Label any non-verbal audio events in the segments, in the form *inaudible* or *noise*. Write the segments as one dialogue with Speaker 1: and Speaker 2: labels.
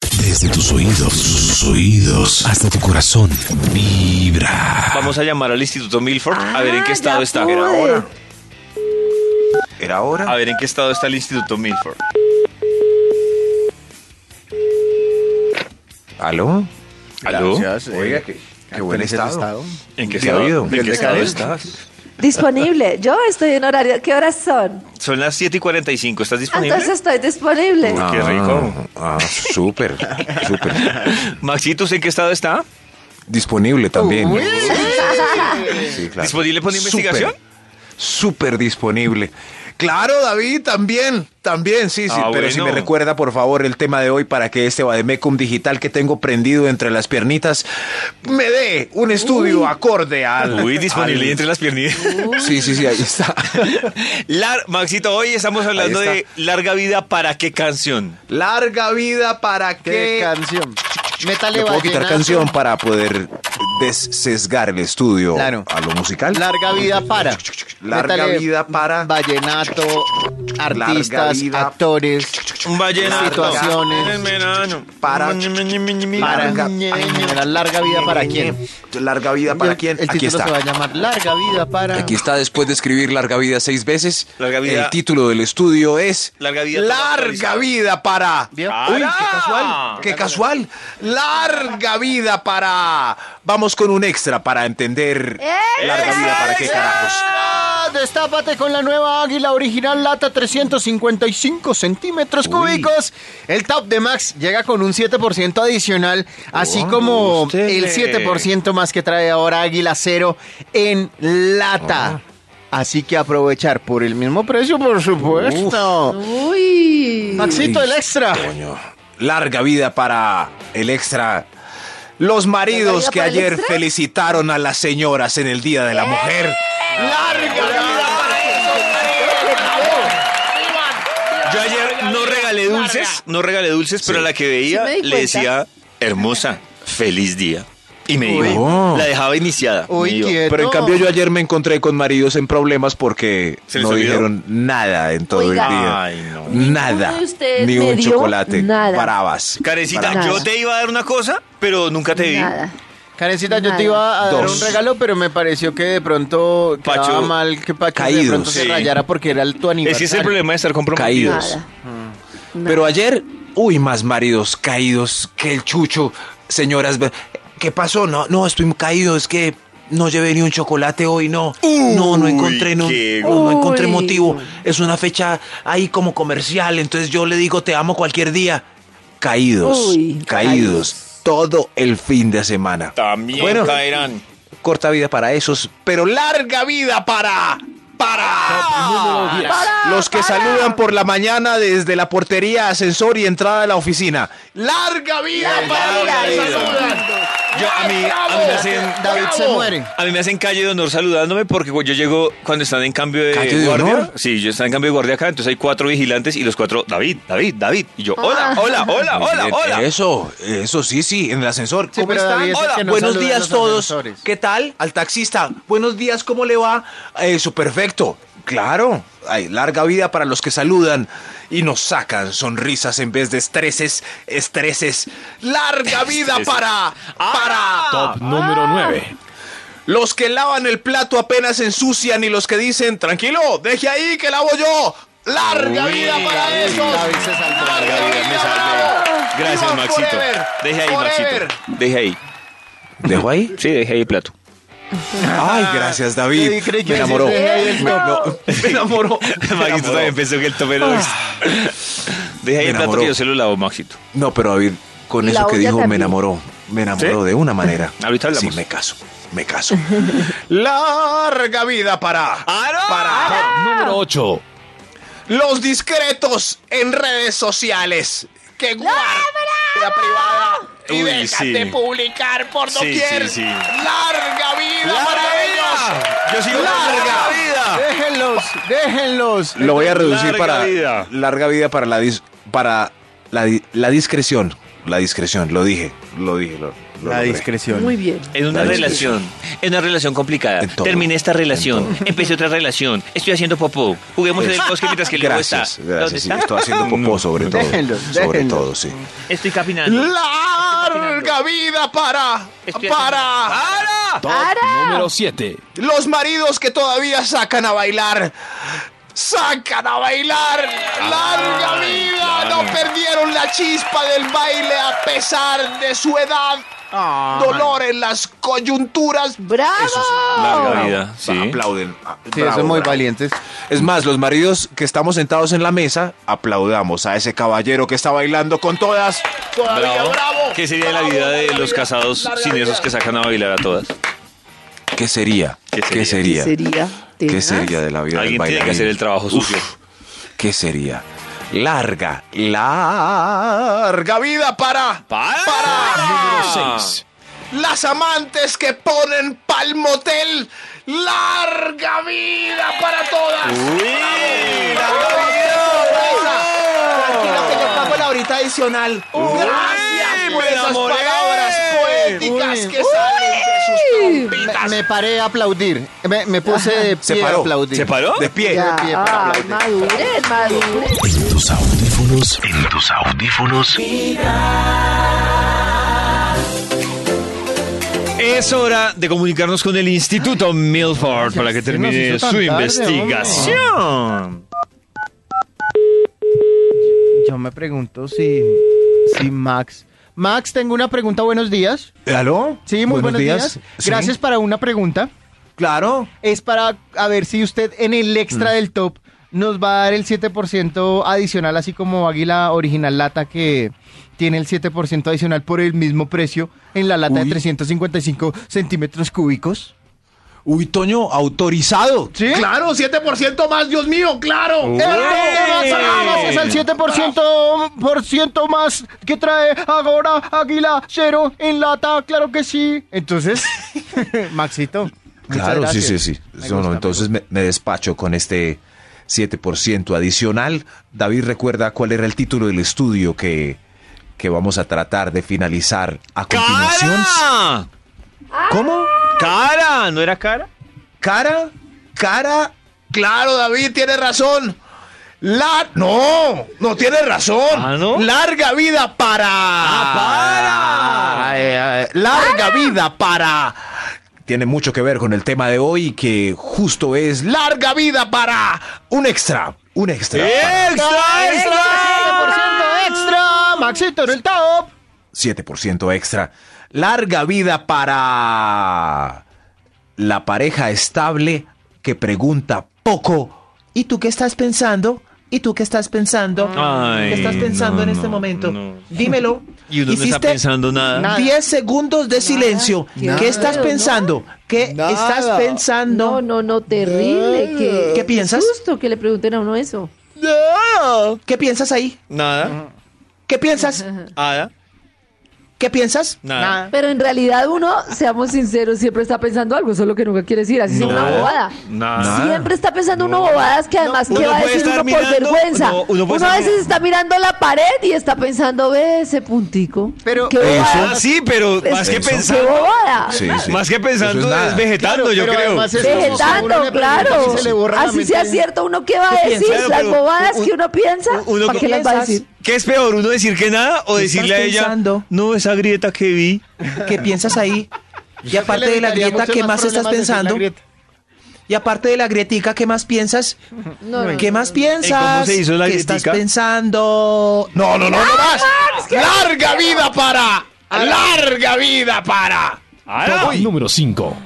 Speaker 1: desde tus oídos, sus oídos, hasta tu corazón. Vibra.
Speaker 2: Ah.
Speaker 3: Vamos a llamar al Instituto Milford a ver en qué
Speaker 4: Ah,
Speaker 3: estado
Speaker 4: ya
Speaker 3: está.
Speaker 4: pude.
Speaker 3: Era ahora.
Speaker 2: ¿Era
Speaker 3: A
Speaker 2: ahora?
Speaker 3: ver en qué estado está el Instituto Milford. Ah.
Speaker 2: ¿Aló?
Speaker 3: ¿Aló?
Speaker 5: Gracias, eh,
Speaker 2: Oiga, qué, qué buen
Speaker 5: actualiza el
Speaker 2: estado.
Speaker 3: ¿En Ah, qué
Speaker 2: ¿Qué
Speaker 3: estado,
Speaker 2: ha habido?
Speaker 3: ¿en qué
Speaker 5: ¿Qué
Speaker 3: estado
Speaker 5: decades?
Speaker 3: está?
Speaker 2: estás?
Speaker 4: Disponible. Yo estoy en horario. ¿Qué horas son? Ah,
Speaker 3: Son las 7 y 45. ¿Estás disponible? *laughs*
Speaker 4: Entonces estoy disponible.
Speaker 3: Uy, qué rico.
Speaker 2: Ah, súper, súper.
Speaker 3: Maxitus, ¿en qué estado está?
Speaker 2: Disponible también. Sí, claro.
Speaker 3: ¿Disponible para una
Speaker 2: Súper,
Speaker 3: investigación?
Speaker 2: Súper disponible. Claro, David, también, también, sí, sí.
Speaker 3: Ah,
Speaker 2: pero si me
Speaker 3: bueno.
Speaker 2: recuerda, por favor, el tema de hoy para que este Bademecum digital que tengo prendido entre las piernitas me dé un estudio acorde al.
Speaker 3: Uy, disponible
Speaker 2: al-
Speaker 3: entre las piernas.
Speaker 2: Sí, sí, sí, ahí está.
Speaker 3: *laughs* Lar- Maxito, hoy estamos hablando
Speaker 2: Ahí
Speaker 3: de
Speaker 2: está.
Speaker 3: larga vida para qué canción.
Speaker 2: Larga vida para
Speaker 5: ¿Qué
Speaker 2: que.
Speaker 5: canción? Métale
Speaker 2: Le puedo quitar
Speaker 5: vallenato.
Speaker 2: canción para poder desesgar el estudio
Speaker 5: Claro.
Speaker 2: a lo musical.
Speaker 5: Larga vida para.
Speaker 2: Larga
Speaker 5: Métale
Speaker 2: vida para-
Speaker 5: Vallenato,
Speaker 2: Larga
Speaker 5: artistas,
Speaker 2: vida-
Speaker 5: actores.
Speaker 3: Un vallenato.
Speaker 5: Situaciones.
Speaker 3: En verano.
Speaker 2: Para-
Speaker 5: Para.
Speaker 2: Larga-
Speaker 5: Larga vida para quién.
Speaker 2: Larga vida para quién.
Speaker 5: El
Speaker 2: Aquí
Speaker 5: título se va
Speaker 2: está.
Speaker 5: a llamar Larga vida para.
Speaker 2: Aquí está después de escribir Larga Vida seis veces.
Speaker 3: Larga vida.
Speaker 2: El título del estudio es
Speaker 3: Larga vida para
Speaker 2: Larga
Speaker 3: actualizar.
Speaker 2: vida para.
Speaker 5: ¿Vio?
Speaker 3: Ah.
Speaker 2: Uy, qué
Speaker 3: ¡Ara!
Speaker 2: casual, qué casual. Larga vida para. Vamos con un extra para entender. Larga vida para qué carajos.
Speaker 5: Ah, Destápate con la nueva Águila original lata 355 centímetros cúbicos. El top de Max llega con un 7% adicional, así como el 7% más que trae ahora Águila Cero en
Speaker 2: Ah.
Speaker 5: lata. Así que aprovechar por el mismo precio, por supuesto.
Speaker 4: Uy.
Speaker 5: Maxito, el extra.
Speaker 2: Coño. Larga vida para el extra. Los maridos
Speaker 4: vida
Speaker 2: que
Speaker 4: para el
Speaker 2: ayer
Speaker 4: extra? Eh,
Speaker 2: felicitaron a las señoras en el Día de la Mujer.
Speaker 5: ¡Larga vida para
Speaker 3: Yo ayer no regalé dulces, no regalé dulces, pero a la que veía
Speaker 4: Sí me
Speaker 3: le
Speaker 4: di cuenta.
Speaker 3: decía, hermosa, feliz día. Y me
Speaker 5: Uy.
Speaker 3: iba. La dejaba iniciada.
Speaker 5: Uy,
Speaker 3: me iba.
Speaker 5: quieto.
Speaker 2: Pero en cambio yo ayer me encontré con maridos en problemas porque
Speaker 3: ¿Se les
Speaker 2: no
Speaker 3: olvidó?
Speaker 2: dijeron nada en todo
Speaker 4: Oiga.
Speaker 2: el día.
Speaker 3: Ay, no.
Speaker 2: Nada.
Speaker 4: de ustedes
Speaker 2: Ni
Speaker 4: me
Speaker 2: un
Speaker 4: dio
Speaker 2: chocolate.
Speaker 4: nada.
Speaker 2: Barabas.
Speaker 3: Carecita,
Speaker 4: Nada.
Speaker 3: yo te iba a dar una cosa, pero nunca te vi.
Speaker 4: Nada.
Speaker 5: Karencita, yo
Speaker 4: Nada.
Speaker 5: te iba a dar
Speaker 2: Dos.
Speaker 5: un regalo, pero me pareció que de pronto quedaba
Speaker 3: Pacho,
Speaker 5: mal que Pacho de
Speaker 2: caído,
Speaker 5: pronto se
Speaker 3: sí.
Speaker 5: rayara porque era el tu
Speaker 3: Ese
Speaker 5: aniversario.
Speaker 3: es el problema de estar comprometido.
Speaker 2: Caídos.
Speaker 4: Nada.
Speaker 2: Pero ayer, uy, más maridos caídos que el chucho. Señoras, ve- ¿qué pasó? No, no, estoy caído, es que no llevé ni un chocolate hoy, no. no, no encontré, no,
Speaker 3: qué
Speaker 2: no, no encontré
Speaker 4: Uy.
Speaker 2: motivo. Es una fecha ahí como comercial, entonces yo le digo te amo cualquier día. Caídos,
Speaker 4: Uy,
Speaker 2: caídos,
Speaker 4: caídos.
Speaker 2: todo el fin de semana.
Speaker 3: También
Speaker 2: Bueno.
Speaker 3: caerán.
Speaker 2: Corta vida para esos, pero larga vida para... Para, los que saludan por la mañana desde la portería, ascensor y entrada de la oficina. ¡Larga vida para
Speaker 4: vida,
Speaker 2: los que
Speaker 3: vida.
Speaker 2: saludan!
Speaker 3: Yo, a, mí, a mí me hacen,
Speaker 5: David se muere.
Speaker 3: a mí me hacen calle de honor saludándome porque pues, yo llego cuando están en cambio de,
Speaker 2: ¿Calle de
Speaker 3: guardia.
Speaker 2: honor?
Speaker 3: Sí, yo están en cambio de guardia acá, entonces hay cuatro vigilantes y los cuatro, David, David, David. Y yo, hola,
Speaker 2: Ah.
Speaker 3: hola, hola,
Speaker 2: Muy
Speaker 3: hola,
Speaker 2: bien,
Speaker 3: hola.
Speaker 2: Eso, eso sí, sí, en el ascensor.
Speaker 5: Sí,
Speaker 2: ¿Cómo
Speaker 5: pero
Speaker 2: están?
Speaker 5: David es el
Speaker 2: Hola,
Speaker 5: que no
Speaker 2: buenos
Speaker 5: saluda a
Speaker 2: días
Speaker 5: los
Speaker 2: todos.
Speaker 5: ascensores.
Speaker 2: ¿Qué tal? Al taxista, buenos días, ¿cómo le va? Eso, perfecto. Claro, hay larga vida para los que saludan y nos sacan sonrisas en vez de estreses, estreses. *laughs* ¡Larga vida para, para! Ah. Top número 9. Los que lavan el plato apenas ensucian y los que dicen, tranquilo, deje ahí que lavo yo. ¡Larga
Speaker 3: Uy,
Speaker 2: vida para
Speaker 3: David,
Speaker 2: esos!
Speaker 5: David se salvó.
Speaker 2: ¡Larga
Speaker 3: David,
Speaker 2: vida,
Speaker 3: me salvé.
Speaker 2: bravo!
Speaker 3: Gracias,
Speaker 2: ¡Viva
Speaker 3: Maxito.
Speaker 2: forever!
Speaker 3: Deje ahí,
Speaker 2: Forever.
Speaker 3: Maxito. Deje ahí.
Speaker 2: ¿Dejo ahí?
Speaker 3: Sí, deje ahí el plato.
Speaker 2: Ay, gracias, David.
Speaker 5: Creí- creí que
Speaker 2: me enamoró.
Speaker 5: decías, "Deja ahí el
Speaker 3: *laughs*
Speaker 2: Me- me- me *laughs* enamoró.
Speaker 3: *laughs* Maxito también pensó que el tope era lo mismo. Deje ahí
Speaker 2: Me
Speaker 3: el plato
Speaker 2: enamoró.
Speaker 3: que yo se lo lavo, Maxito.
Speaker 2: No, pero David, con
Speaker 4: Y la
Speaker 2: eso que
Speaker 4: olla
Speaker 2: dijo, me
Speaker 4: también.
Speaker 2: enamoró. Me enamoró de una *laughs* manera.
Speaker 3: Ahorita hablamos.
Speaker 2: Sí, me caso. Me caso. *laughs* Larga vida para. Para.
Speaker 1: Número 8.
Speaker 2: Los discretos en redes sociales. Que guardan la privada.
Speaker 3: Uy,
Speaker 2: Y dejan
Speaker 3: sí.
Speaker 2: de publicar por
Speaker 3: Sí,
Speaker 2: doquier.
Speaker 3: sí, sí.
Speaker 2: Larga vida para ellos.
Speaker 3: ¡Larga! Yo sigo
Speaker 2: ¡Larga!
Speaker 3: vida.
Speaker 5: Déjenlos, déjenlos.
Speaker 2: Lo voy a reducir
Speaker 3: Larga
Speaker 2: para
Speaker 3: vida.
Speaker 2: larga vida para la dis- para la, di- la discreción. La discreción, lo dije, lo dije, lo, lo
Speaker 6: La
Speaker 2: logré.
Speaker 6: discreción.
Speaker 4: Muy bien.
Speaker 3: En una
Speaker 2: La
Speaker 3: relación, en una relación complicada.
Speaker 2: En todo.
Speaker 3: Terminé esta relación,
Speaker 2: En
Speaker 3: empecé otra relación, estoy haciendo popó, juguemos en el bosque mientras que luego está.
Speaker 2: Gracias,
Speaker 3: ¿Dónde
Speaker 2: gracias. sí,
Speaker 3: está?
Speaker 2: estoy haciendo popó
Speaker 5: *laughs*
Speaker 2: sobre todo.
Speaker 5: Déjenlo,
Speaker 2: sobre
Speaker 5: déjenlo.
Speaker 2: todo, sí.
Speaker 3: Estoy
Speaker 2: ¿Eh?
Speaker 3: caminando.
Speaker 2: Larga vida para,
Speaker 3: Estoy
Speaker 2: para
Speaker 3: ¡Para!
Speaker 4: ¡Ara!
Speaker 1: Número 7.
Speaker 2: los maridos que todavía sacan a bailar. Sacan a bailar. Larga vida. No perdieron la chispa del baile a pesar de su edad. Dolor en las coyunturas.
Speaker 4: ¡Bravo!
Speaker 3: Larga vida, sí.
Speaker 2: Aplauden. ah,
Speaker 5: Sí, son muy valientes.
Speaker 2: Es más, los maridos que estamos sentados en la mesa, aplaudamos a ese caballero que está bailando con todas. Todavía
Speaker 3: Bravo.
Speaker 2: bravo.
Speaker 3: ¿Qué sería la vida de los casados sin esos que sacan a bailar a todas?
Speaker 2: ¿Qué sería?
Speaker 3: ¿Qué
Speaker 2: ¿Qué
Speaker 4: ¿Qué
Speaker 2: sería?
Speaker 4: sería?
Speaker 2: ¿Qué
Speaker 4: ¿Tenaz?
Speaker 2: sería de la vida del
Speaker 3: Alguien tiene que
Speaker 2: bailarín?
Speaker 3: hacer el trabajo sucio.
Speaker 2: Uf, ¿Qué sería? Larga, larga vida para,
Speaker 3: ¡Para!
Speaker 1: Número 6.
Speaker 2: las amantes que ponen pal motel. Larga vida para todas.
Speaker 5: Tranquila, que yo pago la horita adicional.
Speaker 2: Gracias por
Speaker 3: me
Speaker 2: esas
Speaker 3: enamoré.
Speaker 2: palabras poéticas
Speaker 5: Uy.
Speaker 2: que salen de sus
Speaker 5: Me,
Speaker 2: trompitas.
Speaker 5: me paré a aplaudir. Me, me puse de
Speaker 2: Se
Speaker 5: pie a
Speaker 2: paró.
Speaker 5: aplaudir.
Speaker 3: ¿Se paró?
Speaker 2: De pie.
Speaker 5: Ya.
Speaker 4: Ay, maduren, maduren.
Speaker 1: En tus audífonos. En tus audífonos.
Speaker 3: Es hora de comunicarnos con el Instituto Milford para que termine
Speaker 5: hizo tan
Speaker 3: su
Speaker 5: tarde,
Speaker 3: investigación.
Speaker 5: Yo me pregunto si, si Max. Max, tengo una pregunta. Buenos días.
Speaker 2: ¿Aló?
Speaker 5: Sí, muy buenos, días.
Speaker 2: Sí,
Speaker 5: Gracias para una pregunta.
Speaker 2: Claro.
Speaker 5: Es para a ver si usted en el
Speaker 2: Mm.
Speaker 5: extra del top nos va a dar el 7% adicional, así como Águila Original Lata que tiene el 7% adicional por el mismo precio en la lata de
Speaker 2: Uy.
Speaker 5: 355 centímetros cúbicos.
Speaker 2: Uy, Toño, autorizado.
Speaker 5: ¿Sí?
Speaker 2: Claro, 7% más, Dios mío, claro.
Speaker 5: El top de más, ah, Gracias al 7% por ciento más que trae ahora Águila Cero en lata, claro que sí. Entonces, *laughs* Maxito. muchas
Speaker 2: Claro, sí,
Speaker 5: gracias.
Speaker 2: sí, sí.
Speaker 5: Me
Speaker 2: No, no,
Speaker 5: gusta,
Speaker 2: entonces me, me despacho con este 7% adicional. David recuerda cuál era el título del estudio que, que vamos a tratar de finalizar a continuación.
Speaker 3: ¡Cara!
Speaker 2: ¿Cómo?
Speaker 3: ¡Cara! ¿No era cara?
Speaker 2: ¿Cara? ¿Cara? Claro, David, tiene razón. La... No, no tiene razón.
Speaker 3: Ah, ¿no?
Speaker 2: Larga vida para...
Speaker 3: Ah,
Speaker 2: Ay, ay, Larga vida para... Tiene mucho que ver con el tema de hoy que justo es larga vida para un extra. Un extra. para
Speaker 3: ¡Extra,
Speaker 5: ¡Extra! 7% extra, Maxito en el top.
Speaker 2: 7% extra. Larga vida para... La pareja estable que pregunta poco. ¿Y tú qué estás pensando? ¿Y tú qué estás pensando?
Speaker 3: Ay,
Speaker 2: ¿Qué estás pensando
Speaker 3: no,
Speaker 2: en este
Speaker 3: no,
Speaker 2: momento?
Speaker 3: no.
Speaker 2: Dímelo.
Speaker 3: Y uno no está
Speaker 2: Hiciste
Speaker 3: pensando nada.
Speaker 2: 10 segundos de silencio.
Speaker 4: Nada,
Speaker 2: ¿Qué estás
Speaker 4: ¿no?
Speaker 2: pensando? ¿Qué
Speaker 6: Nada.
Speaker 2: estás pensando?
Speaker 4: No, no, no, terrible. ¿Qué,
Speaker 2: ¿Qué piensas?
Speaker 4: Justo que le pregunten a uno eso.
Speaker 2: ¿Qué piensas ahí? Mm.
Speaker 3: Nada.
Speaker 2: ¿Qué piensas?
Speaker 3: Ada.
Speaker 2: ¿Qué piensas?
Speaker 3: Nada.
Speaker 4: Pero en realidad uno, seamos sinceros, siempre está pensando algo, solo que nunca quiere decir, así es una
Speaker 3: Nada.
Speaker 4: bobada.
Speaker 3: Nada.
Speaker 4: Siempre está pensando uno bobadas que además
Speaker 3: No,
Speaker 4: que
Speaker 3: uno
Speaker 4: va a
Speaker 3: puede
Speaker 4: decir
Speaker 3: estar
Speaker 4: uno por
Speaker 3: mirando,
Speaker 4: vergüenza.
Speaker 3: no, uno
Speaker 4: uno
Speaker 3: puede
Speaker 4: a
Speaker 3: estar-
Speaker 4: veces está mirando la pared y está pensando, ve ese puntico.
Speaker 5: Pero-
Speaker 4: ¿Qué
Speaker 2: Eso
Speaker 3: Ah,
Speaker 4: bobada?
Speaker 3: sí, pero
Speaker 4: Es-
Speaker 3: más que
Speaker 4: eso.
Speaker 3: pensando.
Speaker 4: ¡Qué bobada!
Speaker 3: Más que
Speaker 2: Eso
Speaker 3: pensando
Speaker 2: es
Speaker 3: es,
Speaker 2: nada.
Speaker 3: vegetando,
Speaker 5: Claro,
Speaker 3: yo
Speaker 5: pero
Speaker 3: creo.
Speaker 5: además es como si uno
Speaker 4: Vegetando,
Speaker 5: le pregunta
Speaker 4: claro.
Speaker 5: si se le borra la
Speaker 4: Así
Speaker 5: mente.
Speaker 4: sea cierto, uno qué va a decir,
Speaker 3: piensas?
Speaker 4: las
Speaker 3: Claro, pero
Speaker 4: bobadas
Speaker 3: un-
Speaker 4: que uno piensa,
Speaker 3: uno
Speaker 4: ¿para qué las va a decir?
Speaker 3: ¿Qué es peor, uno decir que nada o decirle a ella,
Speaker 7: pensando?
Speaker 3: no, esa grieta que vi?
Speaker 7: ¿Qué piensas ahí? Y aparte
Speaker 5: Le
Speaker 7: de la
Speaker 5: evitaría
Speaker 7: grieta,
Speaker 5: muchos
Speaker 7: ¿qué más estás
Speaker 5: problemas decir la
Speaker 7: pensando?
Speaker 5: grieta.
Speaker 7: Y aparte de la grietica, ¿qué más piensas?
Speaker 4: No, no,
Speaker 7: ¿Qué más piensas?
Speaker 3: ¿Y cómo se hizo la
Speaker 7: ¿Qué estás
Speaker 3: grietica?
Speaker 7: pensando?
Speaker 2: No, no, no, no más. Larga vida para. Larga vida para.
Speaker 3: Ah,
Speaker 1: Número 5.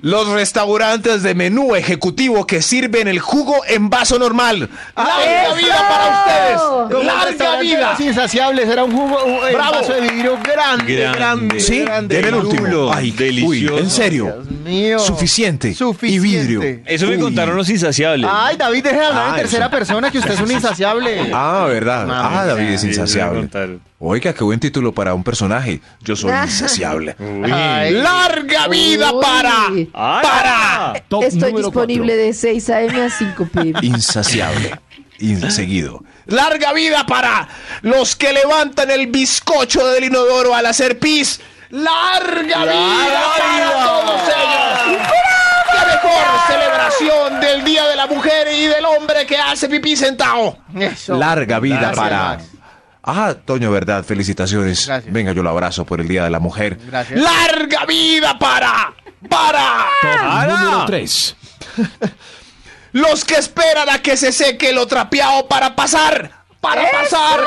Speaker 2: Los restaurantes de menú ejecutivo que sirven el jugo en vaso normal. Larga
Speaker 4: ¡Eso!
Speaker 2: vida para
Speaker 5: Como
Speaker 2: ustedes.
Speaker 5: el
Speaker 2: Larga
Speaker 5: restaurante
Speaker 2: vida.
Speaker 5: Los insaciables, era un jugo, un, un
Speaker 2: Bravo.
Speaker 5: vaso de vidrio grande,
Speaker 3: Grande.
Speaker 5: grande,
Speaker 2: Sí,
Speaker 5: grande.
Speaker 2: den el último.
Speaker 3: Lulo,
Speaker 2: Ay,
Speaker 3: delicioso.
Speaker 2: Uy, en serio.
Speaker 5: Dios mío.
Speaker 2: Suficiente. Y vidrio.
Speaker 3: Eso me
Speaker 2: Uy.
Speaker 3: contaron los insaciables.
Speaker 5: Ay, David, deje de hablar en
Speaker 2: Ah,
Speaker 5: tercera
Speaker 2: eso.
Speaker 5: persona, que usted es un insaciable.
Speaker 2: *laughs* Ah, verdad.
Speaker 5: Mamá,
Speaker 2: ah, David es
Speaker 3: sí, me
Speaker 2: insaciable.
Speaker 3: contaron.
Speaker 2: Oiga, qué buen título para un personaje. Yo soy insaciable.
Speaker 5: Ay.
Speaker 2: Larga vida
Speaker 4: Uy.
Speaker 2: para.
Speaker 3: Ah.
Speaker 2: Para.
Speaker 1: Top
Speaker 4: Estoy
Speaker 1: número
Speaker 4: disponible de 6 a.m. a 5 p.m.
Speaker 2: Insaciable. y seguido. Larga vida para los que levantan el bizcocho del inodoro al hacer pis. Larga vida para todos ellos. La mejor celebración del Día de la Mujer y del hombre que hace pipí sentado.
Speaker 5: Eso.
Speaker 2: Larga vida
Speaker 5: Gracias,
Speaker 2: para.
Speaker 5: Max.
Speaker 2: Ah, Toño, verdad, felicitaciones.
Speaker 5: Gracias.
Speaker 2: Venga, yo lo abrazo por el Día de la Mujer.
Speaker 5: Gracias.
Speaker 2: ¡Larga vida para! ¡Para!
Speaker 1: Número 3.
Speaker 2: *laughs* Los que esperan a que se seque lo trapeado para pasar. ¡Para pasar!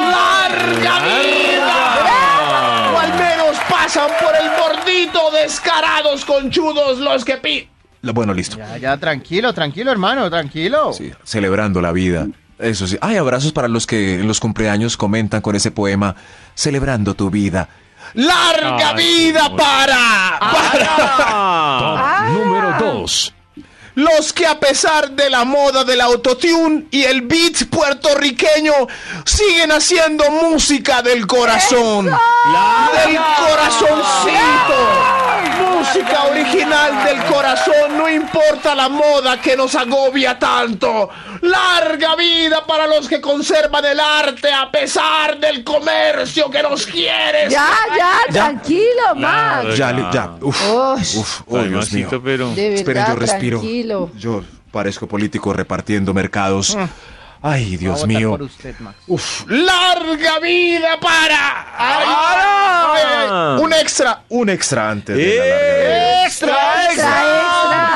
Speaker 2: ¡Larga vida! O al menos pasan por el bordito descarados conchudos los que pi. Lo- Bueno, listo.
Speaker 5: Ya, ya, tranquilo, tranquilo, hermano, tranquilo.
Speaker 2: Sí, celebrando la vida. Eso sí. Hay abrazos para los que en los cumpleaños comentan con ese poema, celebrando tu vida. ¡Larga vida para! Ah.
Speaker 1: Número 2.
Speaker 2: Los que a pesar de la moda del autotune y el beat puertorriqueño siguen haciendo música del corazón. Del corazoncito. Música original del corazón, no importa la moda que nos agobia tanto. Larga vida para los que conservan el arte a pesar del comercio que nos quiere.
Speaker 4: Ya, ya, tranquilo, Max.
Speaker 2: Ya, le- ya. Uf,
Speaker 4: Ush.
Speaker 2: uf, oh, Dios mío.
Speaker 3: pero...
Speaker 4: De verdad,
Speaker 2: Esperen, yo respiro.
Speaker 4: tranquilo. Ah.
Speaker 2: Yo parezco político repartiendo mercados. Ay,
Speaker 5: Voy a
Speaker 2: Dios
Speaker 5: votar
Speaker 2: mío.
Speaker 5: por usted, Max.
Speaker 2: Uf. ¡Larga vida para! Ay, ay, ay, ay. Un extra, un extra antes de la larga
Speaker 3: Eh,
Speaker 2: vida.
Speaker 5: ¡Extra,
Speaker 4: extra!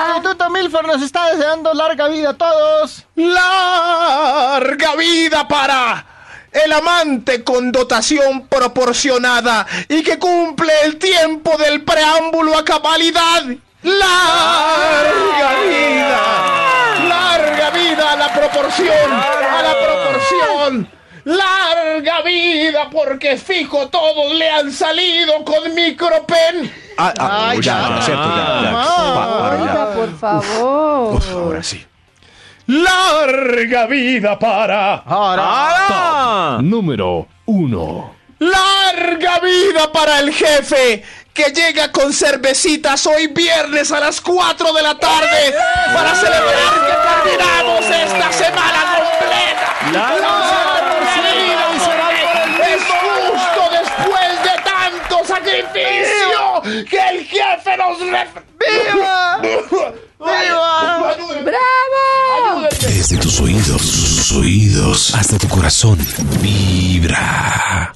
Speaker 5: El Instituto Milford nos está deseando larga vida a todos.
Speaker 2: ¡Larga vida para! El amante con dotación proporcionada y que cumple el tiempo del preámbulo a cabalidad. ¡Larga vida! ¡Larga vida a la proporción! ¡A la proporción! ¡Larga vida! Porque fijo todos le han salido con micropen. Ah, ah,
Speaker 5: Ay,
Speaker 2: ya,
Speaker 5: ya.
Speaker 2: ya, cierto, ya, ya. Pa- para, ya.
Speaker 4: Oiga, por favor.
Speaker 2: Uf, ahora sí. Larga vida para.
Speaker 5: Ahora.
Speaker 1: Número 1.
Speaker 2: Larga vida para el jefe que llega con cervecitas hoy viernes a las 4 de la tarde para celebrar que terminamos esta semana completa. Larga vida completa. Es justo después de tanto sacrificio que el jefe nos ref-
Speaker 5: ¡Viva! ¡Viva!
Speaker 4: ¡Bravo!
Speaker 1: Desde tus oídos, sus oídos, hasta tu corazón. Vibra.